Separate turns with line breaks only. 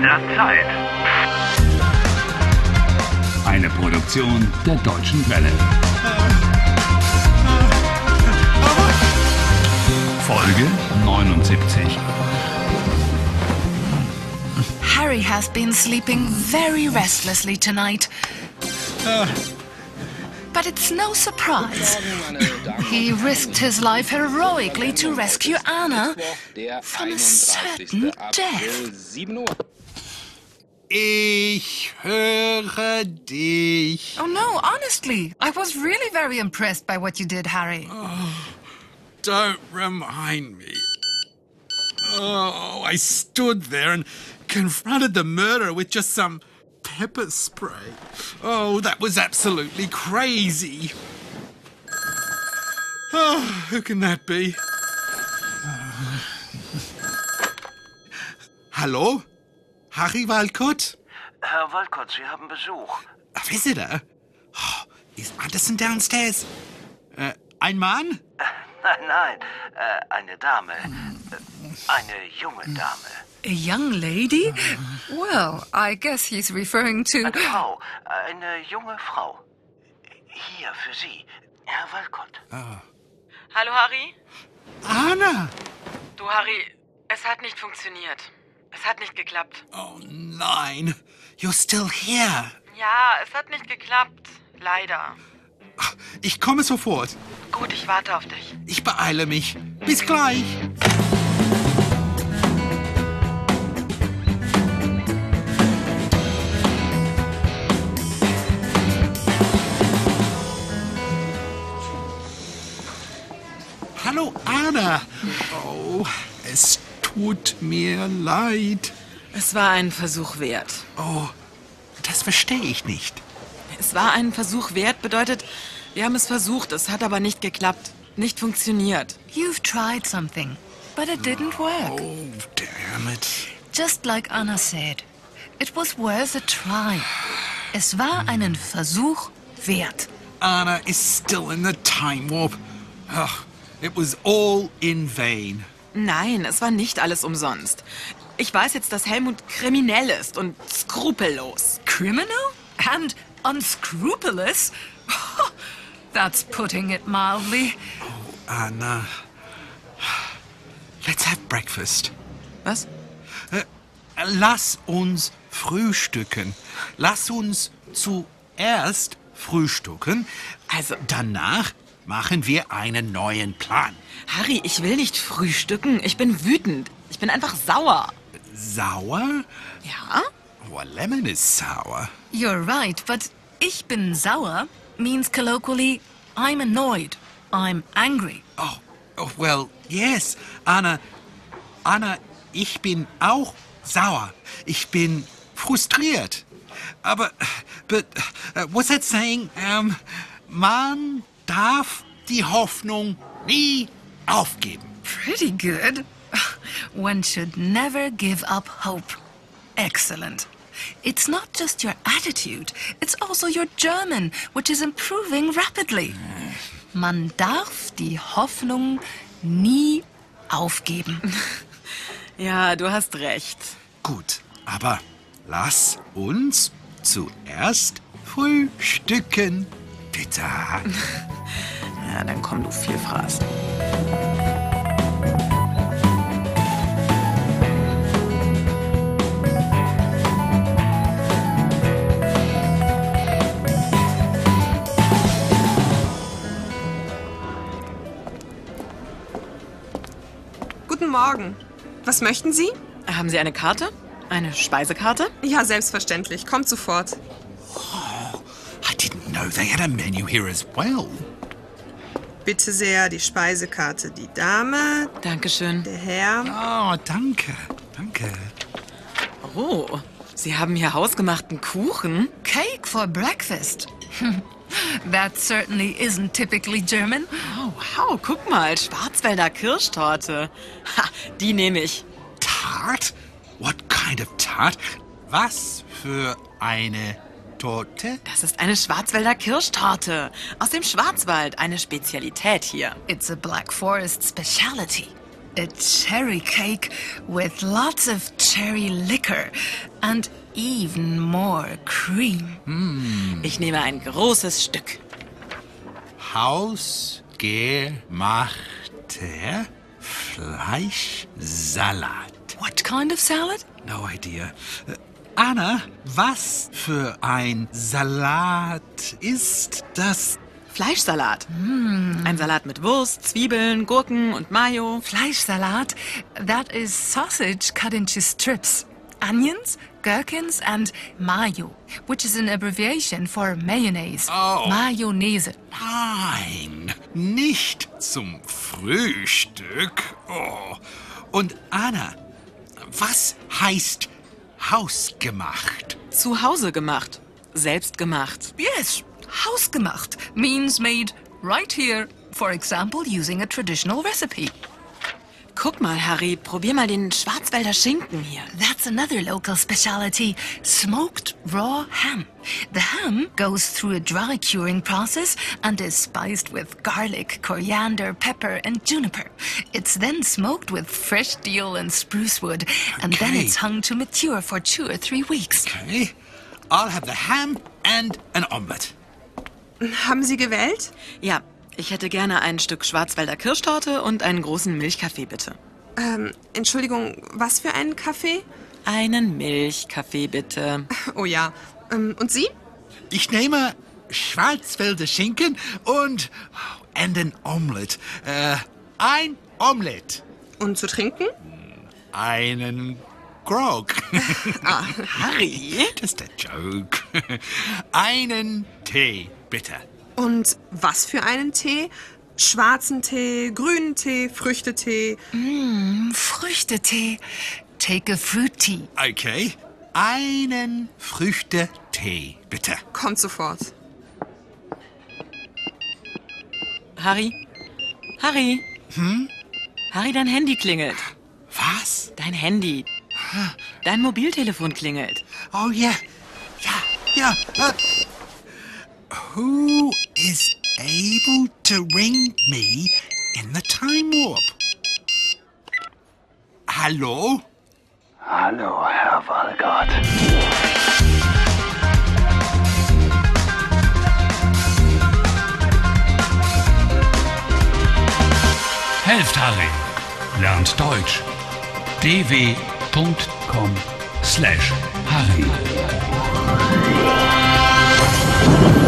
der Zeit.
Eine Produktion der Deutschen Welle. Folge 79.
Harry has been sleeping very restlessly tonight. But it's no surprise. He risked his life heroically to rescue Anna.
Der
Von a certain
31. April,
death.
7 Uhr.
Ich höre dich.
Oh no, honestly, I was really very impressed by what you did, Harry.
Don't remind me. Oh, I stood there and confronted the murderer with just some pepper spray. Oh, that was absolutely crazy. Oh, who can that be? Hallo? Harry Walcott?
Herr Walcott, Sie haben Besuch.
A visitor? Oh, is Anderson downstairs? Uh, ein Mann?
Nein, nein, äh, eine Dame. Äh, Eine junge Dame.
A young lady? Well, I guess he's referring to.
Eine Frau, eine junge Frau. Hier für Sie, Herr Walcott.
Hallo Harry?
Anna!
Du Harry, es hat nicht funktioniert. Es hat nicht geklappt.
Oh nein, you're still here.
Ja, es hat nicht geklappt. Leider.
Ich komme sofort.
Gut, ich warte auf dich.
Ich beeile mich. Bis gleich. Hallo Anna. Oh, es tut mir leid.
Es war ein Versuch wert.
Oh, das verstehe ich nicht.
Es war ein Versuch wert bedeutet, wir haben es versucht, es hat aber nicht geklappt. Nicht funktioniert.
You've tried something, but it didn't work.
Oh, damn it.
Just like Anna said, it was worth a try. Es war einen Versuch wert.
Anna is still in the time warp. Ugh, it was all in vain.
Nein, es war nicht alles umsonst. Ich weiß jetzt, dass Helmut kriminell ist und skrupellos.
criminal and unscrupulous? That's putting it mildly.
Anna, Ah, let's have breakfast.
Was?
Lass uns frühstücken. Lass uns zuerst frühstücken.
Also-
danach machen wir einen neuen Plan.
Harry, ich will nicht frühstücken. Ich bin wütend. Ich bin einfach sauer.
Sauer?
Ja?
Well, lemon is sour.
You're right, but ich bin sauer means colloquially, I'm annoyed, I'm angry.
Oh, oh, well, yes, Anna. Anna, ich bin auch sauer. Ich bin frustriert. Aber, but, uh, what's that saying? Ähm, man darf die Hoffnung nie aufgeben.
Pretty good. One should never give up hope. Excellent. It's not just your attitude, it's also your German, which is improving rapidly. Man darf die Hoffnung nie aufgeben.
Ja, du hast recht.
Gut, aber lass uns zuerst frühstücken. Bitte.
Ja, dann komm, du Vielfraß.
Guten Morgen. Was möchten Sie?
Haben Sie eine Karte? Eine Speisekarte?
Ja, selbstverständlich. Kommt sofort.
I didn't know they had a menu here as well.
Bitte sehr, die Speisekarte. Die Dame,
Dankeschön.
der Herr.
Oh, danke, danke.
Oh, Sie haben hier hausgemachten Kuchen?
Cake for breakfast? that certainly isn't typically German.
Oh, wow, guck mal, Schwarzwälder Kirschtorte. Ha, die nehme ich.
Tart? What kind of tart? Was für eine Torte?
Das ist eine Schwarzwälder Kirschtorte. Aus dem Schwarzwald, eine Spezialität hier.
It's a Black Forest speciality. a cherry cake with lots of cherry liquor and even more cream.
Ich nehme ein großes Stück.
Hausgemachter Fleischsalat.
What kind of salad?
No idea. Äh, Anna, was für ein Salat ist das?
Fleischsalat. Ein Salat mit Wurst, Zwiebeln, Gurken und Mayo.
Fleischsalat. That is sausage cut into strips, onions, gherkins, and mayo, which is an abbreviation for mayonnaise.
Oh.
Mayonnaise.
Nein, nicht zum Frühstück. Oh. Und Anna, was heißt hausgemacht?
Zu Hause gemacht. Selbst gemacht.
Yes, hausgemacht means made right here, for example, using a traditional recipe.
Guck mal, Harry, probier mal den Schwarzwälder Schinken hier.
That's another local specialty smoked raw ham. The ham goes through a dry curing process and is spiced with garlic, coriander, pepper, and juniper. It's then smoked with fresh deal and spruce wood, and then
Okay.
it's hung to mature for two or three weeks.
Okay. I'll have the ham and an omelette.
Haben Sie gewählt?
Ja, ich hätte gerne ein Stück Schwarzwälder Kirschtorte und einen großen Milchkaffee, bitte.
Ähm, Entschuldigung, was für einen Kaffee?
Einen Milchkaffee, bitte.
Oh ja. Ähm, und Sie?
Ich nehme Schwarzwälder Schinken und oh, and an omelette. Äh, ein Omelette.
Und zu trinken?
Einen Grog.
Harry?
Just a joke. Einen Tee, bitte.
Und was für einen Tee? Schwarzen Tee, grünen Tee, Früchtetee.
Früchtetee. Take a fruit tea.
Okay. Einen Früchtetee, bitte.
Kommt sofort.
Harry? Harry? Hm? Harry, dein Handy klingelt.
Was?
Dein Handy. Dein Mobiltelefon klingelt.
Oh yeah. Yeah, yeah. Uh, who is able to ring me in the time warp? Hallo?
Hallo, Herr Walgott.
Helft Harry. Lernt Deutsch. dw.com/harry.